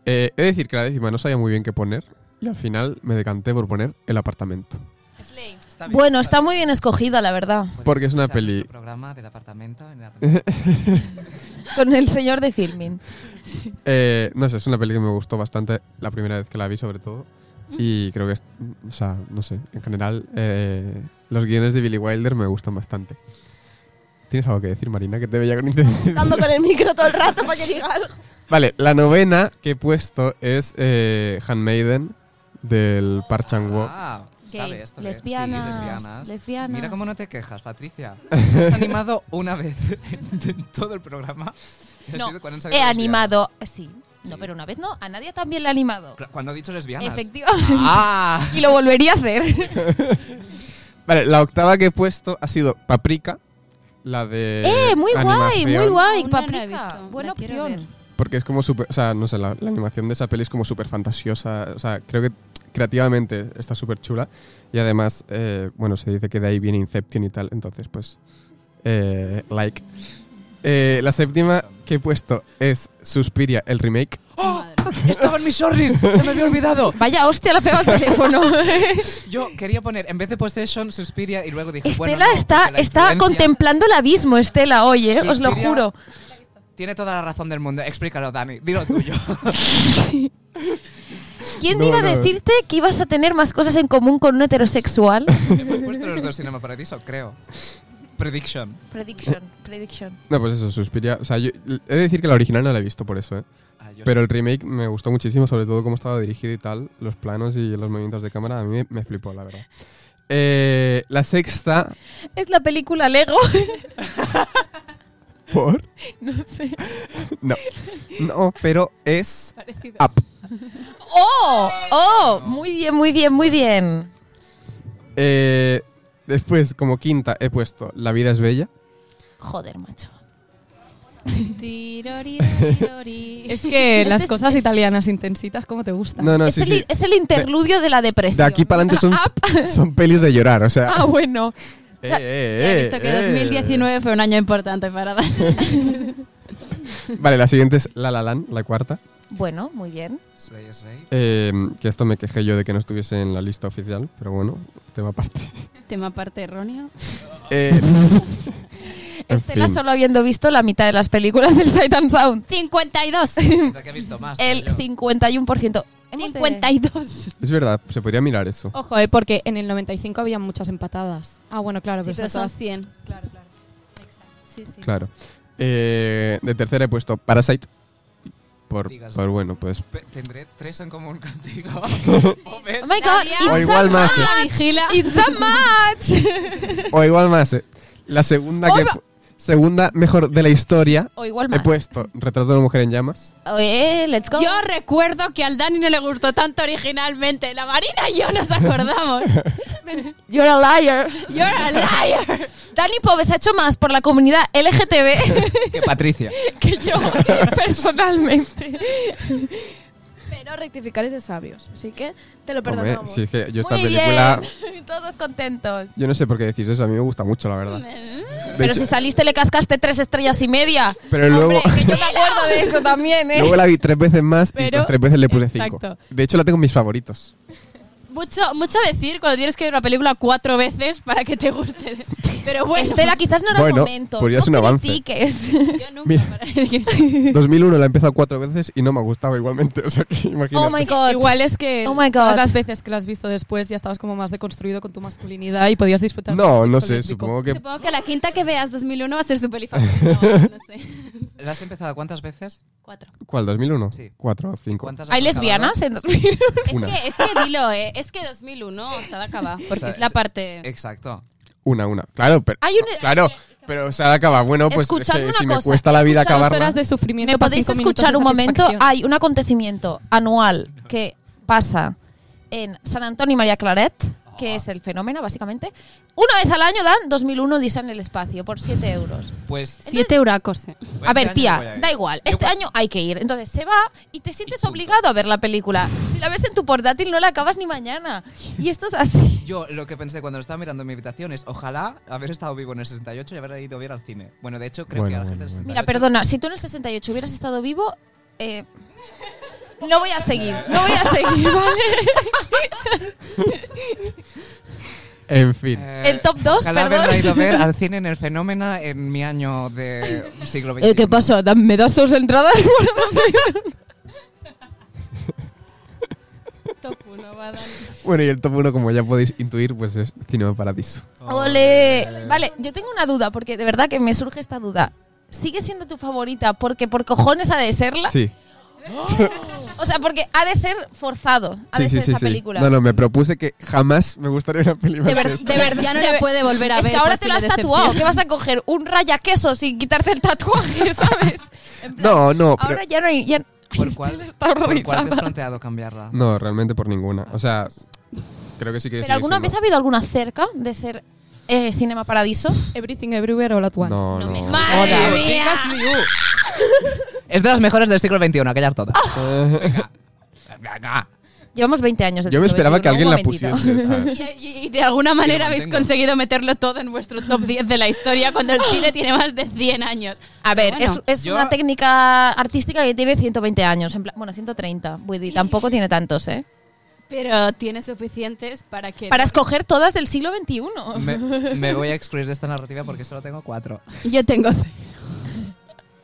Eh, he de decir que la décima no sabía muy bien qué poner y al final me decanté por poner el apartamento.
Slay.
Está bien.
Bueno, está muy bien escogida, la verdad.
Puedes
Porque es una
escuchar
peli-
nuestro programa del apartamento en la-
Con el señor de filming.
Eh, no sé, es una peli que me gustó bastante la primera vez que la vi, sobre todo.
Mm.
Y creo que, es, o sea, no sé, en general, eh, los guiones de Billy Wilder me gustan bastante. ¿Tienes algo que decir, Marina? Que te veía con intención.
Dando con el micro todo el rato para que diga algo.
Vale, la novena que he puesto es eh, Handmaiden del Park Chang-wook.
Ah, está
Gay,
bien, está bien. Sí,
Lesbianas, lesbianas.
lesbianas. Mira cómo no te quejas, Patricia. Has animado una vez en, en todo el programa. Ha
No,
sido cuando han salido
He
lesbianas.
animado. Sí. No,
Sí.
pero una vez no. A nadie también la he animado.
Cla- Cuando ha dicho lesbianas.
Efectivamente.
Ah,
Y lo volvería a hacer.
Vale, la octava que he puesto ha sido Paprika, la de.
¡Eh! Muy guay, muy
animación,
guay.
Aún no la he
Paprika.
visto,
Buena
la quiero
opción.
Porque es como súper. O sea, no sé, la, la animación de esa peli es como súper fantasiosa. O sea, creo que creativamente está súper chula. Y además, eh, bueno, se dice que de ahí viene Inception y tal. Entonces, pues. eh, like. Eh, la séptima que he puesto es Suspiria, el remake.
¡Oh! Estaban mis shorties. Se me había olvidado.
Vaya hostia, la pega al teléfono.
Yo quería poner, en vez de Possession, Suspiria y luego dije. bueno,
Estela
no,
está,
porque la
está
influencia
contemplando el abismo, Estela, oye, os lo
Suspiria.
juro.
Tiene toda la razón del mundo. Explícalo, Dani. Dilo tuyo.
¿Quién
No,
iba a
no.
decirte que ibas a tener más cosas en común con un heterosexual?
Hemos puesto los dos Cinema Paradiso, creo. Prediction.
prediction, prediction.
No, pues eso, Suspiria. O sea, yo he de decir que la original no la he visto por eso, ¿eh?
Ah, yo
Pero el remake me gustó muchísimo, sobre todo cómo estaba dirigido y tal, los planos y los movimientos de cámara, a mí me, me flipó, la verdad. Eh, la sexta,
Es la película Lego.
por...
no sé.
No, no, pero es... Up.
¡Oh! ¡Oh! Muy bien, muy bien, muy bien.
Eh, después, como quinta, he puesto La vida es bella.
Joder, macho.
Tirorirorirori.
Es que
Este
las
es-
cosas
es-
italianas intensitas, ¿cómo te gustan?
No, no,
Ah, es,
sí,
el,
sí.
es el interludio de, la
De
depresión.
aquí para adelante son, son pelis de llorar, o sea...
Ah, bueno.
Eh, eh,
He visto que
eh.
2019 fue un año importante para dar.
Vale, la siguiente es La La Land, la cuarta.
Bueno, muy bien.
Slay, slay.
Eh, que esto me quejé yo de que no estuviese en la lista oficial, pero bueno, tema aparte.
Tema aparte erróneo.
Eh,
Estela
fin.
solo habiendo visto la mitad de las películas del Sight and Sound.
52.
Es la que he visto más.
El
yo.
51%. Hemos de-
52.
Es verdad, se podría mirar eso.
Ojo, eh, porque en el 95 había muchas empatadas. Ah, bueno, claro,
Sí,
pero,
pero
son
son
todas
100. Sí, sí.
Claro. Eh, de tercera he puesto Parasite. Por,
Digas.
por bueno, pues.
Pe- Tendré tres en común contigo.
Oh my god,
Dalia.
it's
O
a
igual más, eh.
match.
Vigila.
It's a match.
O igual más. eh. La segunda que. Segunda mejor de la historia.
O igual
He
más.
puesto Retrato de una mujer en llamas.
Oye, let's go.
Yo recuerdo que al Dani no le gustó tanto originalmente. La Marina y yo nos acordamos.
You're a liar.
You're a liar.
Dani Pobes ha hecho más por la comunidad LGTB
que Patricia.
que yo personalmente.
Pero rectificar es de sabios. Así que te lo
Hombre,
perdonamos.
sí, es que yo esta
Muy
película.
bien. Todos contentos.
Yo no sé por qué decís eso, a mí me gusta mucho, la verdad. De
Mm. Pero
hecho-
si saliste le cascaste tres estrellas y media.
pero
Hombre,
luego,
que yo me acuerdo de eso también, ¿eh?
luego la vi tres veces más y
Pero-
otras tres veces le puse cinco.
exacto.
De hecho, la tengo en mis favoritos.
Mucho, mucho decir cuando tienes que ver una película cuatro veces para que te guste. Pero bueno,
Estela, quizás no era
Bueno,
el momento.
pues ya
no
es un avance.
critiques.
yo nunca.
Mira.
para-
2001 la he empezado cuatro veces y no me ha gustado igualmente. O sea, que imagínate.
Oh my god.
Igual es que
Oh my God.
todas las veces que las has visto después ya estabas como más deconstruido con tu masculinidad y podías disfrutar.
No,
del
no
sexo
sé,
lésbico.
supongo que
Supongo que la quinta que veas 2001 va a ser su peli favorita. o No sé.
¿La has empezado cuántas veces?
Cuatro.
¿Cuál? ¿2001?
Sí.
Cuatro, cinco.
¿Cuántas has
¿Hay
acabado?
lesbianas en 2000?
Es
Una.
que, es que dilo, eh. Es que 2001 o sea, acaba. Porque
O sea,
es la
es-
parte.
Exacto.
Una, una. Claro, pero.
Hay un-
Claro, pero se ha acabado. Bueno, pues es
Escuchad
que
una
si me
cosa,
cuesta la vida
Escucha dos
acabarla.
horas de sufrimiento
¿Me
para
podéis
cinco minutos
escuchar
de
un momento?
satisfacción.
Hay un acontecimiento anual que pasa en San Antonio y María Claret,
Ah.
que es el fenómeno, básicamente. Una vez al año dan 2001 Odisea en el espacio por 7 euros.
Pues.
Siete huracos. eh.
A ver,
este año voy a
tía,
ir.
da igual. Este
voy-
año hay que ir. Entonces se va y te sientes obligado a ver la película. Si la ves en tu portátil, no la acabas ni mañana. Y esto es así.
Yo lo que pensé cuando lo estaba mirando en mi habitación es ojalá haber estado vivo en el 68 y haber ido a ver al cine. Bueno, de hecho, creo
Bueno,
que a la
bueno,
gente del 68
bueno.
Mira, perdona, si tú en el 68 hubieras estado vivo, eh, no voy a seguir, no voy a seguir, ¿vale?
En fin.
Eh,
El top 2,
Ojalá
perdón.
haberla ido a ver al cine en el fenómeno en mi año de siglo XXI.
Eh, ¿Qué pasa? Da- ¿Me das dos entradas?
Top uno va a dar.
Bueno, y el top uno, como ya podéis intuir, pues es Cinema Paradiso.
Ole. Vale, yo tengo una duda, porque de verdad que me surge esta duda. ¿Sigue siendo tu favorita porque por cojones ha de serla?
Sí.
O sea, porque ha de ser forzado, ha
Sí,
de
sí,
ser
sí,
esa
sí.
película.
No, no, me propuse que jamás me gustaría una película.
De, ver-
que esta.
de ver-
Ya no
de
la
ver-
puede volver a
es
ver.
que ahora
por
te
si
lo has
le
tatuado.
decepciona.
¿Qué vas a coger? Un raya queso sin quitarte el tatuaje, ¿sabes? En plan,
No, no, pero-
Ahora ya no hay. ya- Ay,
¿Por cuál,
Estela Este está
¿Por cuál te has
horrorizada.
planteado cambiarla?
No, realmente por ninguna. O sea, creo que sí que
¿Pero
sigue
alguna
siendo-
vez ha habido alguna cerca de ser eh, Cinema Paradiso?
Everything Everywhere All At Once.
No,
No
no.
me
Madre
Joder,
mía.
tengas ni u. uh. Es de las mejores del siglo XXI, aquellas todas.
Ah.
Venga. Venga.
Llevamos 20 años. del
Yo me
siglo
esperaba
XXI,
que alguien
un
la
momentito.
pusiese. ¿sabes?
Y, y- y de alguna manera habéis
mantengo.
conseguido meterlo todo en vuestro top 10 de la historia cuando el cine tiene más de 100 años.
A ver,
Pero bueno,
es, es
yo-
una técnica artística que tiene 120 años. en plan- bueno, 130. Woody, tampoco tiene tantos, ¿eh?
Pero tiene suficientes para que.
Para escoger todas del siglo XXI.
Me, me voy a excluir de esta narrativa porque solo tengo cuatro.
Yo tengo cero.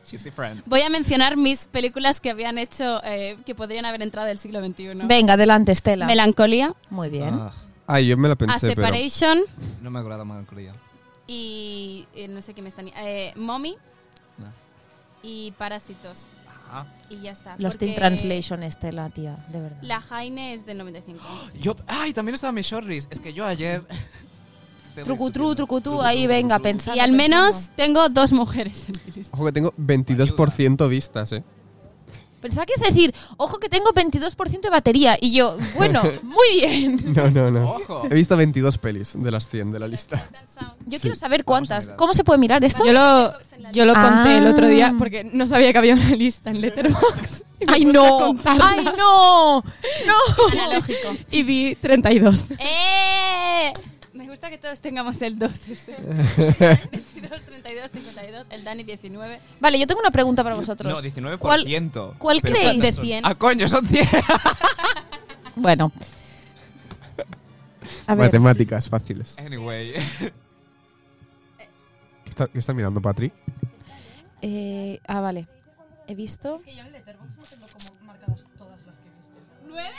She's different.
Voy a mencionar mis películas que habían hecho eh, que podrían haber entrado del siglo XXI:
Venga, adelante, Estela.
Melancolía,
Muy bien.
Ah,
Ay, yo me la
A
pensé, pero.
Separation
no me he acordado mal incluido.
y. eh, no sé qué me están. Eh, Mommy
No.
y Parásitos.
Ah.
Y ya está.
Los
porque
Teen Translation, Estela, tía, de verdad.
La Jaine es del 95.
Yo, ay, también estaba mi shortlist. Es que yo ayer.
Trucutru, trucutú, ahí venga,
pensar.
pensando.
Y al menos tengo dos mujeres en mi lista.
Ojo que tengo 22% vistas, eh.
Pensaba que es decir, ojo que tengo 22% de batería. Y yo, bueno, muy bien.
No, no, no.
Ojo.
He visto 22 pelis de las 100 de la lista.
Yo
Sí,
quiero saber
vamos a
cuántas.
mirar.
¿Cómo se puede mirar esto?
Yo lo, yo lo
Ah.
conté el otro día porque no sabía que había una lista en Letterboxd. Y me
¡Ay,
puse a
no!
contarla.
¡Ay, no! ¡No!
Analógico.
Y vi 32.
¡Eh! Me gusta que todos tengamos el 2 ese. 22, 32, 52, el Dani 19.
Vale, yo tengo una pregunta para vosotros.
No, 19%.
¿Cuál- cuál
Pero
creéis?
¿cuántas
De
son?
100.
Ah, coño, son 100.
Bueno. A ver,
Matemáticas fáciles.
Anyway.
está, qué está mirando, Patri?
Eh, ah, vale. He visto.
que yo en Letterboxd no tengo como marcadas todas las que he visto.
¿Nueve?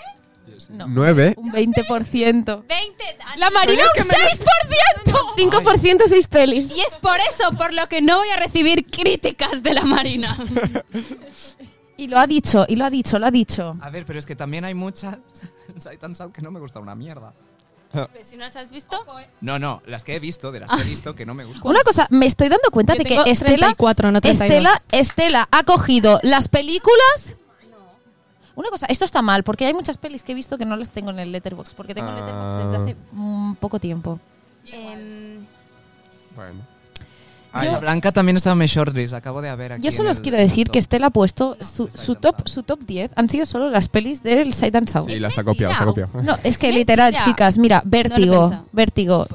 No.
Nueve.
Un 20%.
¿Veinte?
La Marina
Soy
un
el que menos-
5% 6 pelis.
Y es por eso por lo que no voy a recibir críticas de la Marina.
Y lo ha dicho, y lo ha dicho, lo ha dicho.
A ver, pero es que también hay muchas en Sight and Sound que no me gusta una mierda.
si no las has visto,
No, no, las que he visto, de las
Ah,
que he visto, que no me gustan.
Una cosa, me estoy dando cuenta
Yo
de que
tengo
Estela,
34, no 32.
Estela, Estela ha cogido las películas. Una cosa, esto está mal, porque hay muchas pelis que he visto que no las tengo en el Letterboxd, porque tengo el Letterboxd desde
Ah.
hace mm, poco tiempo.
em,
Bueno.
Ay, la Blanca también estaba en mi shortlist, acabo de ver aquí.
Yo
en
solo os
el-
quiero decir
top.
que Estela ha puesto su,
está
su
ahí
top
atrás.
su top 10 han sido solo las pelis del Sight and Sound.
Sí, las ha copiado, las ha
mentira.
copiado.
Este No, es que
Es
literal,
mentira.
chicas, mira, Vértigo,
pensado.
Vértigo,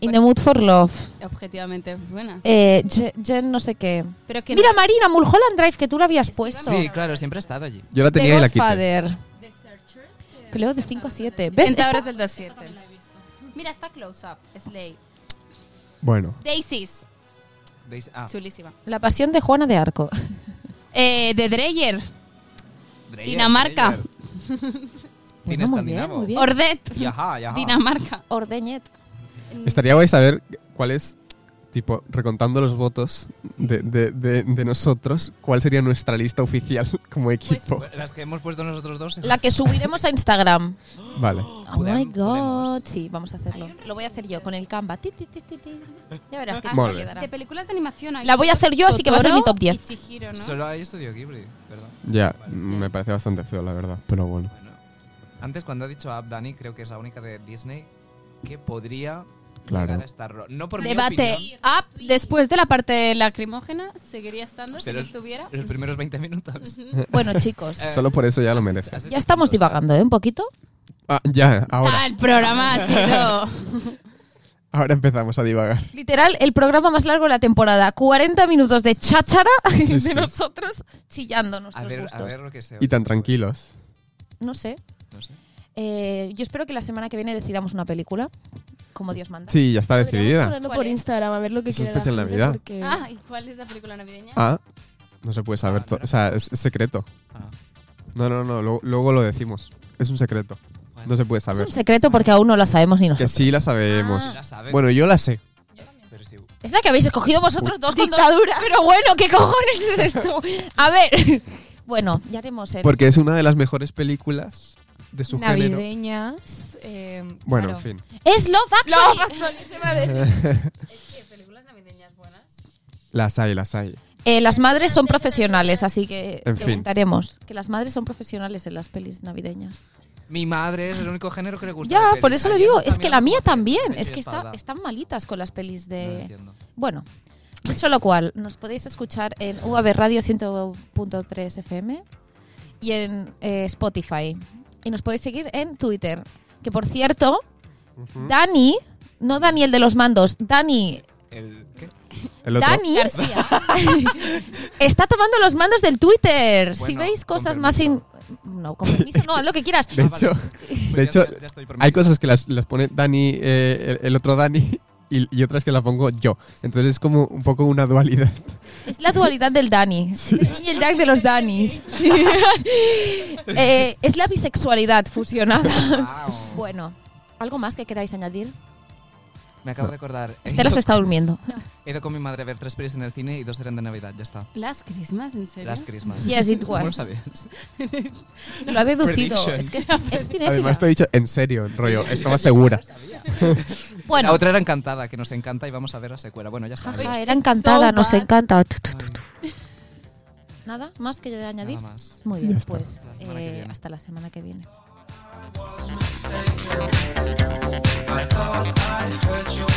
In the Mood for Love,
objetivamente buenas.
eh, Je- Jen no sé qué.
Pero que
Mira,
no-
Marina, Mulholland Drive, que tú la habías puesto.
Sí, claro, siempre he estado allí.
Yo la tenía y la
The
quité.
Godfather. Creo de 5 a 7. ¿Ves?
Tentadores
Esta-
del 27. Mira, está close up, Slay.
Bueno.
Daisies,
Deis- Ah,
chulísima.
La pasión de Juana de Arco.
Eh, de Dreyer,
Dreyer,
Dinamarca.
Dreyer. Cine
Bueno, muy bien,
escandinavo.
muy bien.
Ordet,
Y ajá, y ajá.
Dinamarca.
Ordeñet.
Estaría guay saber cuál es, tipo, recontando los votos de, de- de- de nosotros, cuál sería nuestra lista oficial como
Pues
equipo.
Las que hemos puesto nosotros dos.
La que subiremos a Instagram.
vale.
Oh my
Podem-
god.
podemos.
Sí, vamos a hacerlo. Lo voy a hacer yo con el Canva. Ti, ti, ti, ti, ti. Ya verás que
Molt
te
bé.
quedará.
De películas de animación. hay
La voy a hacer yo, así que va a ser
Totoro
mi top 10.
y Chihiro, ¿no?
Solo hay Estudio Ghibli, ¿verdad?
Ya, mm, me parece bastante feo, la verdad, pero bueno.
Bueno. Antes, cuando ha dicho Up Dani, creo que es la única de Disney que podría
Claro.
llegar a estarlo. No por mi
Debate
opinión,
up después de la parte lacrimógena seguiría estando si
pero
no
los-
estuviera.
Los primeros 20 minutos.
Bueno, chicos.
Eh,
Solo por eso ya lo
has
merece.
hecho- has hecho
Ya estamos
puntos.
divagando, ¿eh? Un poquito.
Ah, ya,
Ah,
ahora.
el programa ha sido.
Ahora empezamos a divagar.
Literal, el programa más largo de la temporada. 40 minutos de cháchara de
sí.
nosotros chillando nuestros
A ver,
gustos.
a ver lo que sea.
Y tan tranquilos.
No sé.
No sé.
Eh, yo espero que la semana que viene decidamos una película, como Dios manda.
Sí, ya está decidida.
Ponerlo
¿Cuál
por
es?
Instagram a ver lo que
Es
quiere la
especial
gente,
Navidad.
porque-
Ah, ¿y cuál es la película navideña?
Ah, no se puede saber. to- O sea, es, es secreto.
Ah,
No, no, no, luego, luego lo decimos. Es un secreto.
bueno.
No se puede
Es
saber.
un secreto porque aún no la sabemos ni
Que
nosotros.
sí la sabemos.
Ah.
Ya sabes.
Bueno, yo la sé.
pero sí.
Es la que habéis escogido vosotros dos con dos- Pero bueno, ¿qué cojones es esto? A ver. Bueno, ya haremos el.
Porque es una de las mejores películas de su género.
Navideñas. eh,
Bueno,
claro.
en fin.
¡Es Love Actually!
películas navideñas buenas.
Las hay, las hay.
Eh, las madres son profesionales, así que
En fin.
preguntaremos. Que las madres son profesionales en las pelis navideñas.
Mi madre es el único género que le gusta.
Ya,
ver
por
pelis.
eso lo
Ayer
digo.
nos
Es que la
cambiamos
mía
porque
también.
estoy
Es que está, este
enfadada.
están malitas con las pelis
No
de.
entiendo.
Bueno, dicho lo cual, nos podéis escuchar en UAB Radio 100.3 FM y en eh, Spotify. Y nos podéis seguir en Twitter. Que por cierto, Dani, no Dani el de los mandos, Dani,
El, ¿qué?
El otro.
Dani
García.
está tomando los mandos del Twitter. si
Bueno,
veis
con
cosas más in-
permiso.
No, con permiso, no, haz lo que quieras.
De
Ah,
hecho,
vale. Pues
de
ya-
hecho,
ya- ya estoy
hay
permitido.
cosas que las, las pone Dani, eh, el, el otro Dani, y, y otras que las pongo yo. Entonces es como un poco una dualidad.
Es la dualidad del Dani. Y el Jack de los Danis. Eh, es la bisexualidad fusionada.
Wow.
Bueno, ¿algo más que queráis añadir?
Me acabo de acordar. He
Estela
ido-
se está durmiendo.
He ido con mi madre a ver tres pelis en el cine y dos eran de Navidad, ya está.
Las Christmas, en serio.
Las Christmas.
Yes, it
¿Cómo lo
was.
sabías?
Lo ha deducido.
Prediction.
Es que es, es cinéfila.
Además te he dicho en serio, rollo, esto más segura.
La
Bueno,
otra era encantada, que nos encanta y vamos a ver la secuela. Bueno, ya está.
jaja, era encantada,
So
nos
bad.
encanta.
Ay,
Nada más que añadir.
nada más.
Muy
Ya
bien,
está.
pues
Hasta la semana
eh,
que viene.
hasta la semana que viene.
I thought I heard your